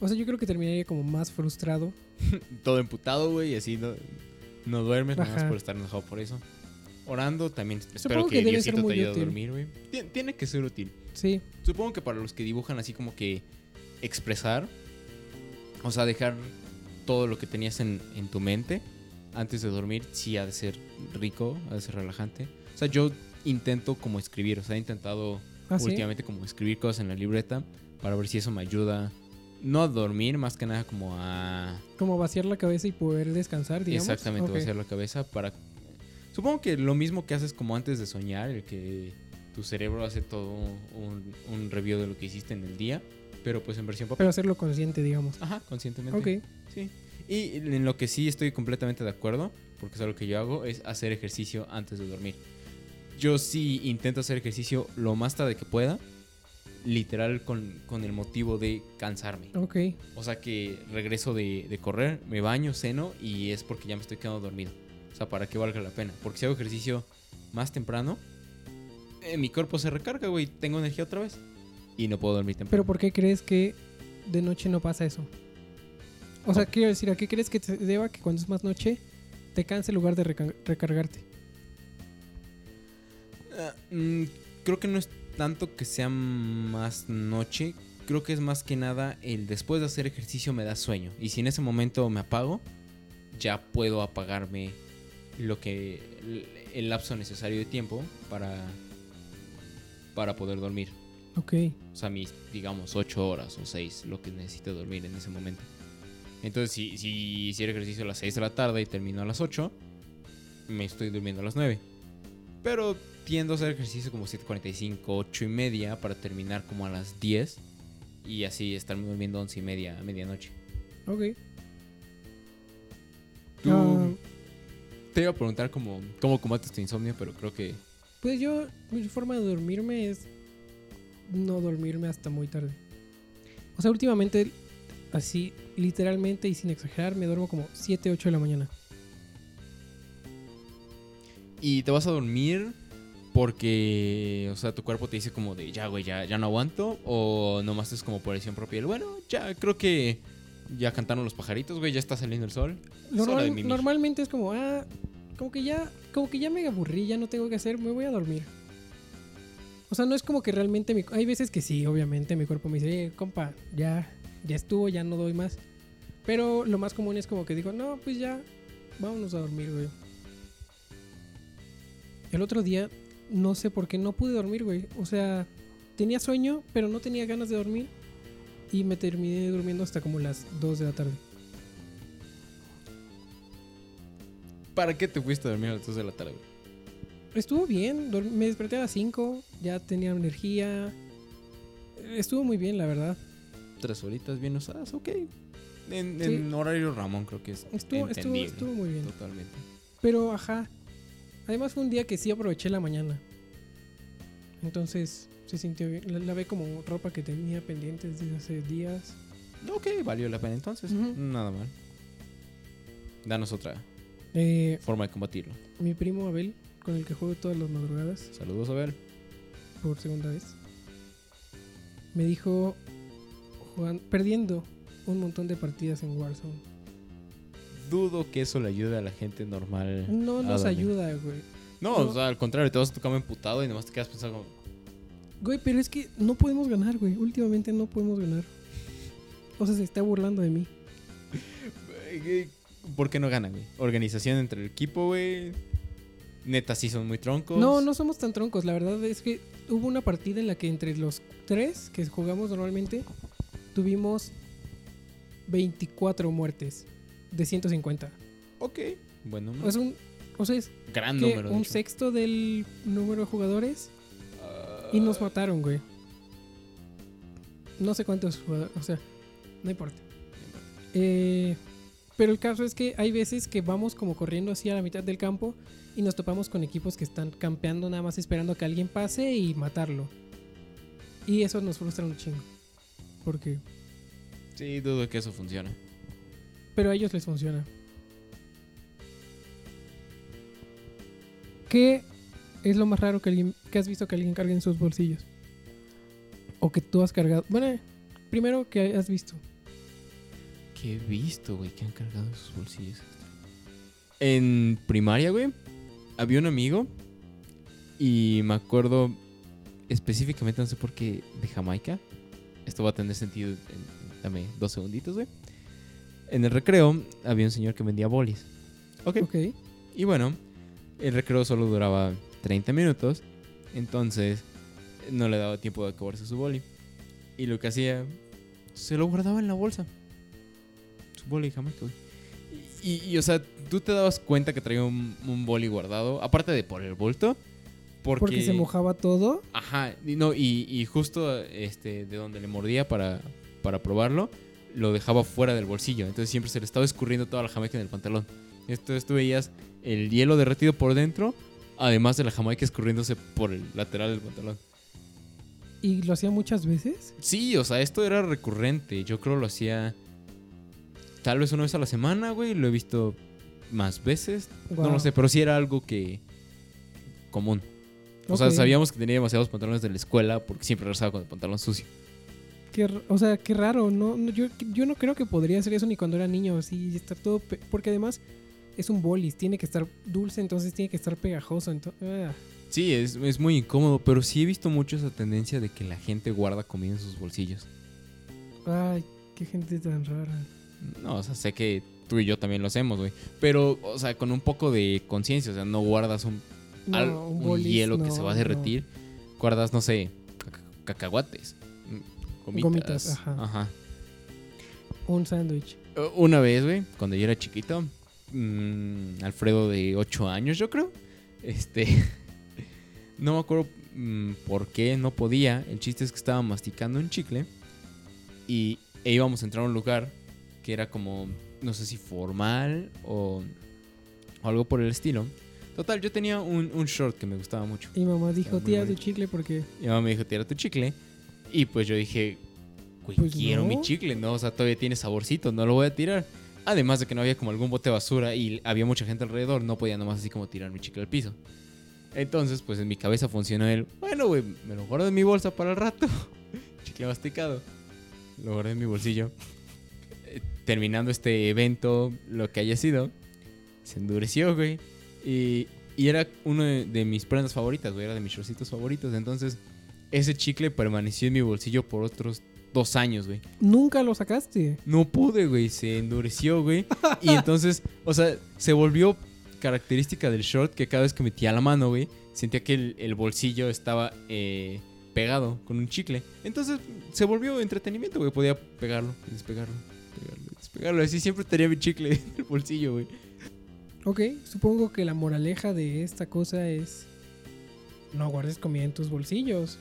S2: O sea, yo creo que terminaría como más frustrado.
S1: Todo emputado, güey, y así no, no duermes, nada más
S2: Ajá.
S1: por estar enojado por eso. Orando también, espero
S2: Supongo
S1: que,
S2: que debe ser
S1: Diosito te
S2: muy
S1: ayude a
S2: útil.
S1: dormir, güey. Tien- tiene que ser útil.
S2: Sí.
S1: Supongo que para los que dibujan así como que expresar, o sea, dejar todo lo que tenías en, en tu mente antes de dormir sí ha de ser rico, ha de ser relajante. O sea, yo intento como escribir, o sea, he intentado
S2: Ah, sí.
S1: últimamente como escribir cosas en la libreta para ver si eso me ayuda. No a dormir, más que nada como a...
S2: Como vaciar la cabeza y poder descansar, digamos.
S1: Exactamente,
S2: Ok.
S1: vaciar la cabeza para... Supongo que lo mismo que haces como antes de soñar, el que tu cerebro hace todo un, un review de lo que hiciste en el día, pero pues en versión papel.
S2: Pero hacerlo consciente, digamos.
S1: Ajá, conscientemente.
S2: Ok.
S1: Sí. Y en lo que sí estoy completamente de acuerdo, porque es algo que yo hago, es hacer ejercicio antes de dormir. Yo sí intento hacer ejercicio lo más tarde que pueda, literal con, con el motivo de cansarme.
S2: Ok.
S1: O sea que regreso de, de correr, me baño, ceno y es porque ya me estoy quedando dormido. O sea, para que valga la pena. Porque si hago ejercicio más temprano, eh, mi cuerpo se recarga, güey, tengo energía otra vez. Y no puedo dormir temprano.
S2: Pero ¿por qué crees que de noche no pasa eso? O sea, quiero decir, ¿a qué crees que te deba que cuando es más noche te cansa en lugar de reca- recargarte?
S1: Ah, mm, creo que no es tanto que sea más noche. Creo que es más que nada el después de hacer ejercicio me da sueño. Y si en ese momento me apago, ya puedo apagarme lo que. el- el lapso necesario de tiempo para. para poder dormir.
S2: Ok.
S1: O sea, mis, digamos, 8 horas o 6, lo que necesito dormir en ese momento. Entonces, si, si hiciera ejercicio a las 6 de la tarde y termino a las 8, me estoy durmiendo a las 9. Pero tiendo a hacer ejercicio como 7.45, 8 y media para terminar como a las 10 y así estarme durmiendo 11 y media a medianoche.
S2: Ok.
S1: Tú
S2: Ah,
S1: te iba a preguntar cómo, cómo combates tu insomnio, pero creo que...
S2: pues yo, mi forma de dormirme es no dormirme hasta muy tarde. O sea, últimamente, así, literalmente y sin exagerar, me duermo como 7, 8 de la mañana.
S1: Y te vas a dormir porque, o sea, tu cuerpo te dice como de, ya, güey, ya, ya no aguanto. O nomás es como por elección propia. el, Bueno, ya creo que ya cantaron los pajaritos, güey, ya está saliendo el sol. Es hora de
S2: Normal-
S1: mimir.
S2: normalmente es como, ah, como que ya, como que ya me aburrí, ya no tengo que hacer, me voy a dormir. O sea, no es como que realmente mi, hay veces que sí, obviamente mi cuerpo me dice, eh, compa, ya, ya estuvo, ya no doy más. Pero lo más común es como que digo, no, pues ya, vámonos a dormir, güey. El otro día, no sé por qué no pude dormir, güey. O sea, tenía sueño, pero no tenía ganas de dormir. Y me terminé durmiendo hasta como las 2 de la tarde.
S1: ¿Para qué te fuiste a dormir a las 2 de la tarde? güey?
S2: Estuvo bien, dor- me desperté a las 5, ya tenía energía. Estuvo muy bien, la verdad.
S1: Tres horitas bien usadas, ok. En,
S2: Sí.
S1: en horario Ramón creo que es
S2: Estuvo, estuvo,
S1: entendible.
S2: estuvo muy bien.
S1: Totalmente.
S2: Pero, ajá. Además fue un día que sí aproveché la mañana. Entonces se sintió bien. La- Lavé como ropa que tenía pendiente desde hace días.
S1: Ok, valió la pena entonces.
S2: Ujú.
S1: Nada mal. Danos otra
S2: Eh,
S1: forma de combatirlo.
S2: mi primo Abel, con el que juego todas las madrugadas
S1: Saludos, Abel.
S2: por segunda vez, me dijo, jugan- perdiendo un montón de partidas en Warzone.
S1: Dudo que eso le ayude a la gente normal.
S2: No
S1: a
S2: nos
S1: dormir.
S2: ayuda, güey.
S1: No,
S2: No.
S1: o sea, al contrario, te vas a tu cama emputado y nomás te quedas pensando como,
S2: Güey, pero es que no podemos ganar, güey. Últimamente no podemos ganar. O sea, se está burlando de mí.
S1: "Eh, ¿por qué no ganan, güey? Organización entre el equipo, güey. Neta, sí son muy troncos.
S2: No, no somos tan troncos. La verdad es que hubo una partida en la que entre los tres que jugamos normalmente tuvimos 24 muertes de 150.
S1: Ok. Buen número.
S2: Es un, o sea, es
S1: Gran
S2: que
S1: número. de
S2: un
S1: hecho.
S2: sexto del número de jugadores
S1: Ah,
S2: y nos mataron, güey. No sé cuántos jugadores, o sea, no importa. Eh, pero el caso es que hay veces que vamos como corriendo así a la mitad del campo y nos topamos con equipos que están campeando nada más esperando a que alguien pase y matarlo. Y eso nos frustra un chingo. Porque...
S1: Sí, dudo que eso funcione.
S2: Pero a ellos les funciona. ¿Qué es lo más raro que, alguien- que has visto que alguien cargue en sus bolsillos? O que tú has cargado. Bueno, primero que has visto.
S1: ¿Qué he visto, güey? ¿Qué han cargado en sus bolsillos? En primaria, güey, había un amigo y me acuerdo específicamente, no sé por qué, de Jamaica. Esto va a tener sentido, en- dame dos segunditos, güey. En el recreo había un señor que vendía bolis. Ok.
S2: Ok.
S1: Y bueno, el recreo solo duraba 30 minutos, entonces no le daba tiempo de acabarse su boli. Y lo que hacía, se lo guardaba en la bolsa. Su boli jamás que- Y, y, o sea, tú te dabas cuenta que traía un, un boli guardado, aparte de por el bulto, porque,
S2: Porque se mojaba todo.
S1: Ajá, y no, y, y justo este, de donde le mordía para, para probarlo, lo dejaba fuera del bolsillo. Entonces siempre se le estaba escurriendo toda la jamaica en el pantalón. Entonces tú veías el hielo derretido por dentro, además de la jamaica escurriéndose por el lateral del pantalón.
S2: Y lo hacía muchas veces.
S1: Sí, o sea, esto era recurrente. Yo creo lo hacía tal vez una vez a la semana, güey. Lo he visto más veces. No
S2: Guau.
S1: lo sé, pero sí era algo que común. O sea,
S2: Ok.
S1: sabíamos que tenía demasiados pantalones de la escuela porque siempre regresaba con el pantalón sucio.
S2: Qué r- o sea, qué raro. No, no, yo, yo no creo que podría hacer eso ni cuando era niño. Así estar todo. pe- Porque además es un bolis. Tiene que estar dulce, entonces tiene que estar pegajoso. ah, Entonces,
S1: Sí, es, es muy incómodo, pero sí he visto mucho esa tendencia de que la gente guarda comida en sus bolsillos.
S2: ay, qué gente tan rara.
S1: No, o sea, sé que tú y yo también lo hacemos, güey. Pero, o sea, con un poco de conciencia, o sea, no guardas un,
S2: No,
S1: al- un
S2: bolis,
S1: hielo que
S2: no,
S1: se va a
S2: no.
S1: derretir, guardas, no sé, caca- cacahuates, mm, gomitas.
S2: Gomitas, ajá. Un sándwich.
S1: Eh, Una vez, güey, cuando yo era chiquito, mm, Alfredo de 8 años, yo creo, este, (laughs) no me acuerdo mm, por qué no podía. El chiste es que estaba masticando un chicle y e íbamos a entrar a un lugar que era como, no sé si formal o, o algo por el estilo. Total, yo tenía un, un short que me gustaba mucho.
S2: Y mamá dijo,
S1: muy
S2: tía, tu
S1: bonito.
S2: chicle porque
S1: Mi mamá me dijo, tira tu chicle. Y pues yo dije, güey,
S2: Pues
S1: quiero
S2: no.
S1: mi chicle, ¿no? O sea, todavía tiene saborcito, no lo voy a tirar. Además de que no había como algún bote de basura y había mucha gente alrededor, no podía nomás así como tirar mi chicle al piso. Entonces, pues en mi cabeza funcionó el, bueno, güey, me lo guardo en mi bolsa para el rato. (laughs) chicle masticado. Lo guardé en mi bolsillo. Eh, Terminando este evento, lo que haya sido, se endureció, güey. Y, y era uno de, de mis prendas favoritas, güey, era de mis shortcitos favoritos. Entonces, ese chicle permaneció en mi bolsillo por otros dos años, güey.
S2: nunca lo sacaste.
S1: No pude, güey. Se endureció, güey. (laughs) Y entonces, o sea, se volvió característica del short que cada vez que metía la mano, güey, sentía que el, el bolsillo estaba eh, pegado con un chicle. Entonces se volvió entretenimiento, güey. Podía pegarlo y despegarlo, pegarlo y despegarlo. Así siempre tenía mi chicle (laughs) en el bolsillo, güey.
S2: Ok, supongo que la moraleja de esta cosa es... No guardes comida en tus bolsillos.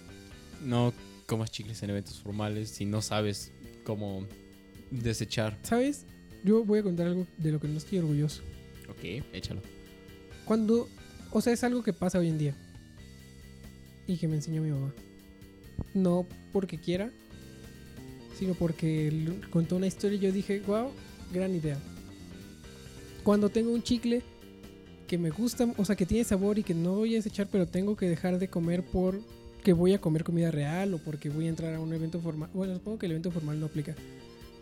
S1: No comas chicles en eventos formales si no sabes cómo desechar.
S2: ¿Sabes? Yo voy a contar algo de lo que no estoy orgulloso.
S1: Ok, échalo.
S2: Cuando... O sea, es algo que pasa hoy en día. Y que me enseñó mi mamá. No porque quiera, sino porque l- contó una historia y yo dije, wow, gran idea. Cuando tengo un chicle que me gusta, o sea, que tiene sabor y que no voy a desechar, pero tengo que dejar de comer por que voy a comer comida real o porque voy a entrar a un evento formal. Bueno, supongo que el evento formal no aplica.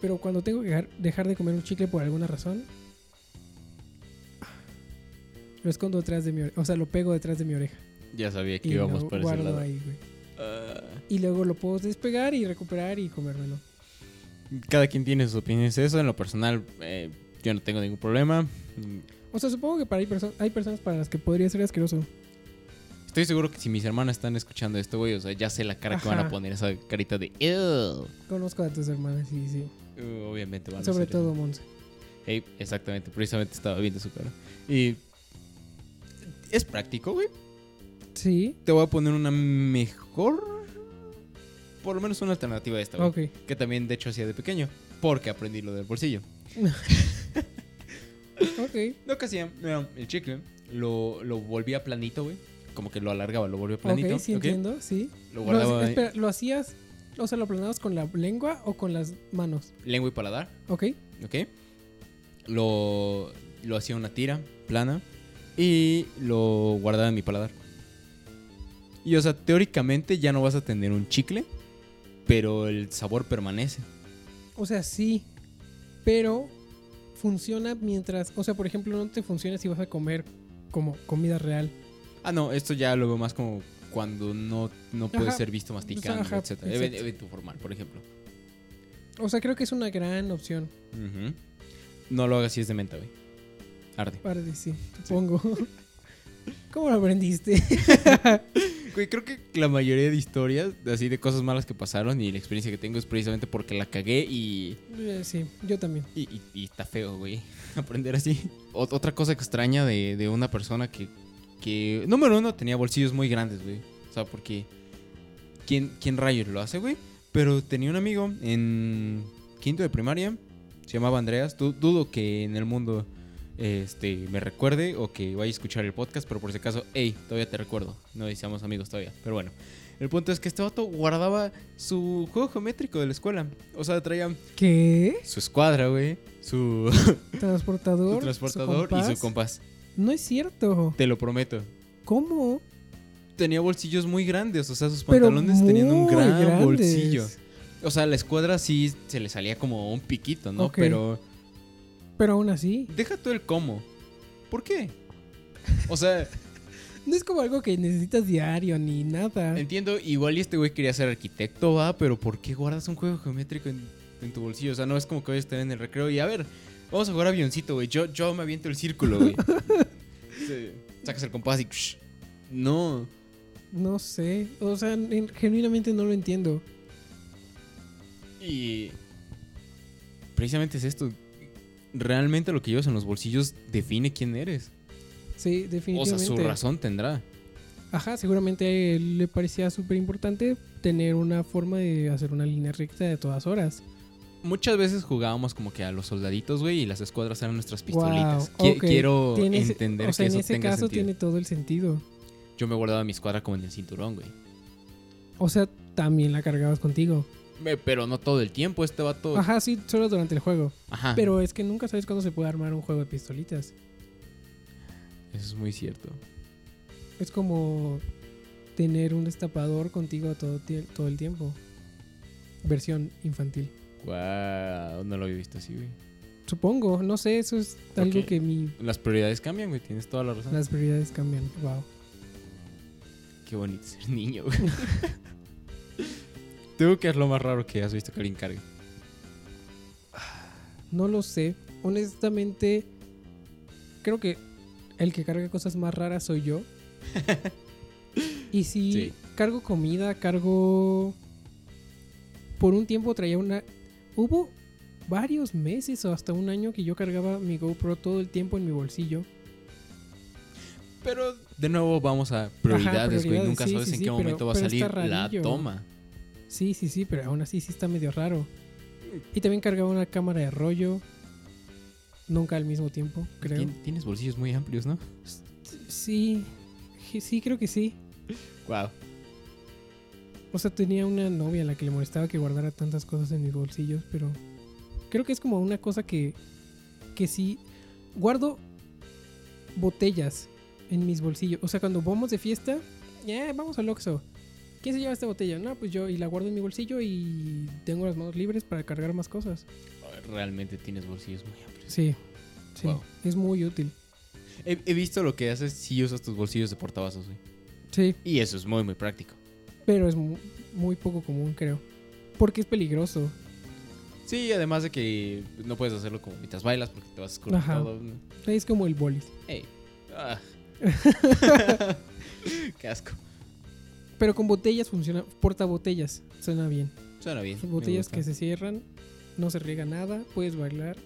S2: Pero cuando tengo que dejar- dejar de comer un chicle por alguna razón, lo escondo detrás de mi oreja. O sea, lo pego detrás de mi oreja.
S1: Ya sabía que
S2: Y
S1: íbamos
S2: lo
S1: por ese
S2: guardo
S1: lado.
S2: ahí, güey.
S1: Ah.
S2: Y luego lo puedo despegar y recuperar y comérmelo.
S1: Cada quien tiene sus opiniones de eso. En lo personal, eh, yo no tengo ningún problema. Mm,
S2: O sea, supongo que para hay, perso- hay personas para las que podría ser asqueroso.
S1: Estoy seguro que si mis hermanas están escuchando esto, güey, o sea, ya sé la cara que van
S2: Ajá.
S1: a poner, esa carita de... "Ew".
S2: Conozco a tus hermanas, sí, sí.
S1: Uh, obviamente van a
S2: Sobre
S1: hacer
S2: todo Monse.
S1: eso. Ey, exactamente, precisamente estaba viendo su cara. Y... Es práctico, güey.
S2: Sí.
S1: Te voy a poner una mejor... Por lo menos una alternativa a esta, güey.
S2: Ok.
S1: Que también, de hecho, hacía de pequeño. Porque aprendí lo del bolsillo.
S2: Ok.
S1: Lo que hacía, era el chicle, lo, lo volvía planito, güey. Como que lo alargaba, lo volvía planito.
S2: Ok, sí
S1: ¿ok?
S2: entiendo, sí.
S1: Lo
S2: Lo,
S1: guardaba
S2: hac-
S1: en-
S2: espera, ¿lo hacías, o sea, lo aplanabas con la lengua o con las manos?
S1: lengua y paladar,
S2: Ok.
S1: ¿ok? Lo, lo hacía una tira plana y lo guardaba en mi paladar. Y o sea, teóricamente ya no vas a tener un chicle, pero el sabor permanece.
S2: O sea, sí. Pero funciona mientras. O sea, por ejemplo, no te funciona si vas a comer como comida real.
S1: Ah, no, esto ya lo veo más como cuando no, no puede
S2: Ajá,
S1: ser visto masticando,
S2: ajá,
S1: etc. Eve-
S2: exacto.
S1: Evento formal, por ejemplo.
S2: O sea, creo que es una gran opción.
S1: Ujú. No lo hagas si es de menta, güey. Arde.
S2: Arde, sí,
S1: (laughs)
S2: supongo. ¿Cómo lo aprendiste?
S1: Güey, creo que la mayoría de historias, así de cosas malas que pasaron y la experiencia que tengo es precisamente porque la cagué y,
S2: Eh, sí, yo también.
S1: y, y- y está feo, güey. (laughs) Aprender así. Ot- otra cosa extraña de, de una persona que, que, número uno, tenía bolsillos muy grandes, güey. O sea, porque, ¿quién, quién rayos lo hace, güey? Pero tenía un amigo en quinto de primaria, se llamaba Andreas. Du- dudo que en el mundo este, me recuerde o que vaya a escuchar el podcast, pero por si acaso, hey, todavía te recuerdo. No seamos amigos todavía, pero bueno. El punto es que este vato guardaba su juego geométrico de la escuela. O sea, traía
S2: ¿Qué?
S1: su escuadra, güey, su, (laughs) su
S2: Transportador. su
S1: transportador y
S2: compás.
S1: su compás.
S2: No es cierto.
S1: Te lo prometo.
S2: ¿Cómo?
S1: Tenía bolsillos muy grandes, o sea, sus
S2: Pero
S1: pantalones tenían un
S2: muy
S1: gran
S2: grandes.
S1: bolsillo. O sea, la escuadra sí se le salía como un piquito, ¿no?
S2: Ok.
S1: Pero
S2: Pero aún así,
S1: deja todo el cómo. ¿Por qué? O
S2: (laughs)
S1: sea,
S2: no es como algo que necesitas diario ni nada.
S1: Entiendo, igual y este güey quería ser arquitecto, va, pero ¿por qué guardas un juego geométrico en, en tu bolsillo? O sea, no es como que vayas a estar en el recreo y a ver, vamos a jugar avioncito, güey. Yo, yo me aviento el círculo,
S2: (laughs)
S1: güey. Sí, Sacas el compás y. psh. No.
S2: No sé. O sea, en- genuinamente no lo entiendo.
S1: Y. Precisamente es esto. Realmente lo que llevas en los bolsillos define quién eres.
S2: Sí,
S1: O
S2: definitivamente.
S1: sea, su razón tendrá.
S2: Ajá, seguramente le parecía súper importante tener una forma de hacer una línea recta de todas horas.
S1: Muchas veces jugábamos como que a los soldaditos, güey, y las escuadras eran nuestras pistolitas.
S2: Wow,
S1: Qui-
S2: ok.
S1: Quiero
S2: Tiene ese-
S1: entender
S2: o sea,
S1: que eso
S2: en ese
S1: tenga
S2: caso
S1: sentido.
S2: tiene todo el sentido.
S1: Yo me guardaba mi escuadra como en el cinturón, güey.
S2: O sea, también la cargabas contigo.
S1: Me- Pero no todo el tiempo, este vato. Ajá.
S2: Ajá, sí, solo durante el juego.
S1: Ajá.
S2: Pero es que nunca sabes cuándo se puede armar un juego de pistolitas.
S1: Eso es muy cierto.
S2: Es como tener un destapador contigo todo, tie- todo el tiempo. Versión infantil.
S1: Wow, no lo había visto así, güey.
S2: Supongo, no sé, eso es algo
S1: Ok.
S2: que mi,
S1: Las prioridades cambian, güey. Tienes toda la razón.
S2: las prioridades cambian. Wow.
S1: Qué bonito ser niño, güey. (laughs) Tú, que es lo más raro que has visto que alguien cargue.
S2: No lo sé. Honestamente, creo que el que carga cosas más raras soy yo. y si
S1: Sí.
S2: cargo comida, cargo... Por un tiempo traía una... Hubo varios meses o hasta un año que yo cargaba mi GoPro todo el tiempo en mi bolsillo.
S1: Pero de nuevo vamos a prioridades, güey.
S2: prioridades,
S1: Nunca
S2: sí,
S1: sabes
S2: sí,
S1: en
S2: sí,
S1: qué
S2: pero-
S1: momento va a
S2: pero
S1: salir
S2: está
S1: la
S2: rarillo.
S1: toma.
S2: Sí, sí, sí, pero aún así sí está medio raro. Y también cargaba una cámara de rollo. Nunca al mismo tiempo, creo.
S1: Tien- Tienes bolsillos muy amplios, ¿no?
S2: Sí, sí, creo que sí.
S1: Wow.
S2: O sea, tenía una novia a la que le molestaba que guardara tantas cosas en mis bolsillos, pero creo que es como una cosa que, que sí. Guardo botellas en mis bolsillos. O sea, cuando vamos de fiesta, ya vamos al Oxxo. ¿Quién se lleva esta botella? No, pues yo y la guardo en mi bolsillo y tengo las manos libres para cargar más cosas.
S1: Realmente tienes bolsillos muy amplios.
S2: Sí, sí,
S1: Wow.
S2: es muy útil.
S1: He, he visto lo que haces si usas tus bolsillos de portavasos, güey.
S2: Sí,
S1: Y eso es muy, muy práctico.
S2: pero es mu- muy poco común, creo. Porque es peligroso.
S1: Sí, además de que no puedes hacerlo como mientras bailas porque te vas a escurrir
S2: Ajá.
S1: todo.
S2: Es como el bolis.
S1: Ey. Ah. (laughs) Qué asco.
S2: Pero con botellas funciona. Portabotellas. Suena bien.
S1: Suena bien.
S2: Son
S1: me
S2: botellas
S1: gusta.
S2: que se cierran. No se riega nada. Puedes bailar.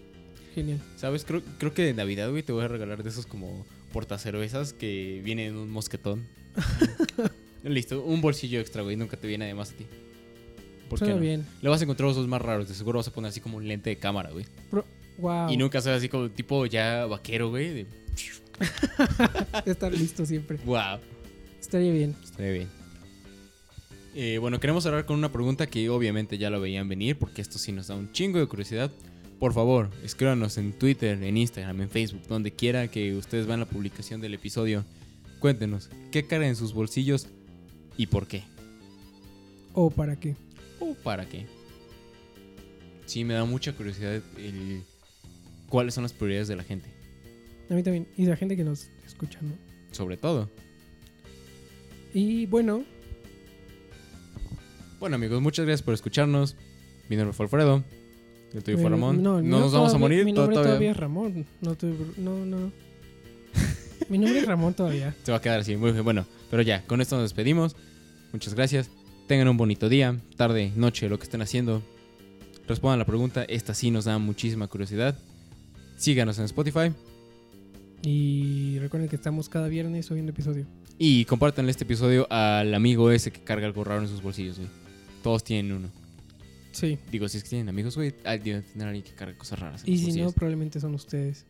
S2: Genial.
S1: ¿Sabes? Creo, creo que de Navidad, güey, te voy a regalar de esos como portacervezas que vienen en un
S2: (laughs)
S1: mosquetón. Listo, un bolsillo extra, güey. Nunca te viene además a ti. ¿Por qué
S2: Suena
S1: no?
S2: bien.
S1: Le vas a encontrar usos más raros. De seguro vas a poner así como un lente de cámara, güey.
S2: Wow.
S1: Y nunca sabes así como tipo ya vaquero, güey. de,
S2: Estar listo siempre.
S1: wow.
S2: Estaría bien.
S1: Estaría bien. Eh, bueno, queremos hablar con una pregunta que obviamente ya lo veían venir, porque esto sí nos da un chingo de curiosidad. Por favor, escríbanos en Twitter, en Instagram, en Facebook, donde quiera que ustedes vean la publicación del episodio. Cuéntenos, ¿qué cargan en sus bolsillos y por qué?
S2: ¿O para qué?
S1: ¿O para qué? Sí, me da mucha curiosidad el... cuáles son las prioridades de la gente.
S2: A mí también. Y la gente que nos escucha, ¿no?
S1: Sobre todo.
S2: Y bueno,
S1: Bueno amigos, muchas gracias por escucharnos. Mi nombre fue Alfredo. Yo te digo,
S2: Mi-
S1: fue Ramón.
S2: eh, no,
S1: No,
S2: mi
S1: nos vamos a
S2: todavía-
S1: morir.
S2: Mi
S1: to-
S2: nombre todavía, es Ramón. No, te- no, no. mi nombre es Ramón todavía.
S1: Se va a quedar así. Muy bien. Bueno, pero ya, con esto nos despedimos. Muchas gracias. Tengan un bonito día, tarde, noche, lo que estén haciendo. Respondan la pregunta. Esta sí nos da muchísima curiosidad. Síganos en Spotify
S2: Y recuerden que estamos cada viernes subiendo episodio.
S1: y compártanle este episodio al amigo ese que carga algo raro en sus bolsillos, güey. Todos tienen uno.
S2: Sí.
S1: Digo, si es que tienen amigos, güey, ah, deben tener alguien que carga cosas raras. en
S2: Y
S1: los
S2: si no,
S1: bolsillos.
S2: probablemente son ustedes.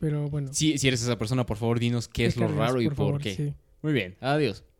S2: Pero bueno.
S1: Si, si eres esa persona, por favor, dinos qué es lo
S2: pues- déjanos,
S1: raro y por
S2: favor,
S1: qué.
S2: sí.
S1: Muy bien, adiós.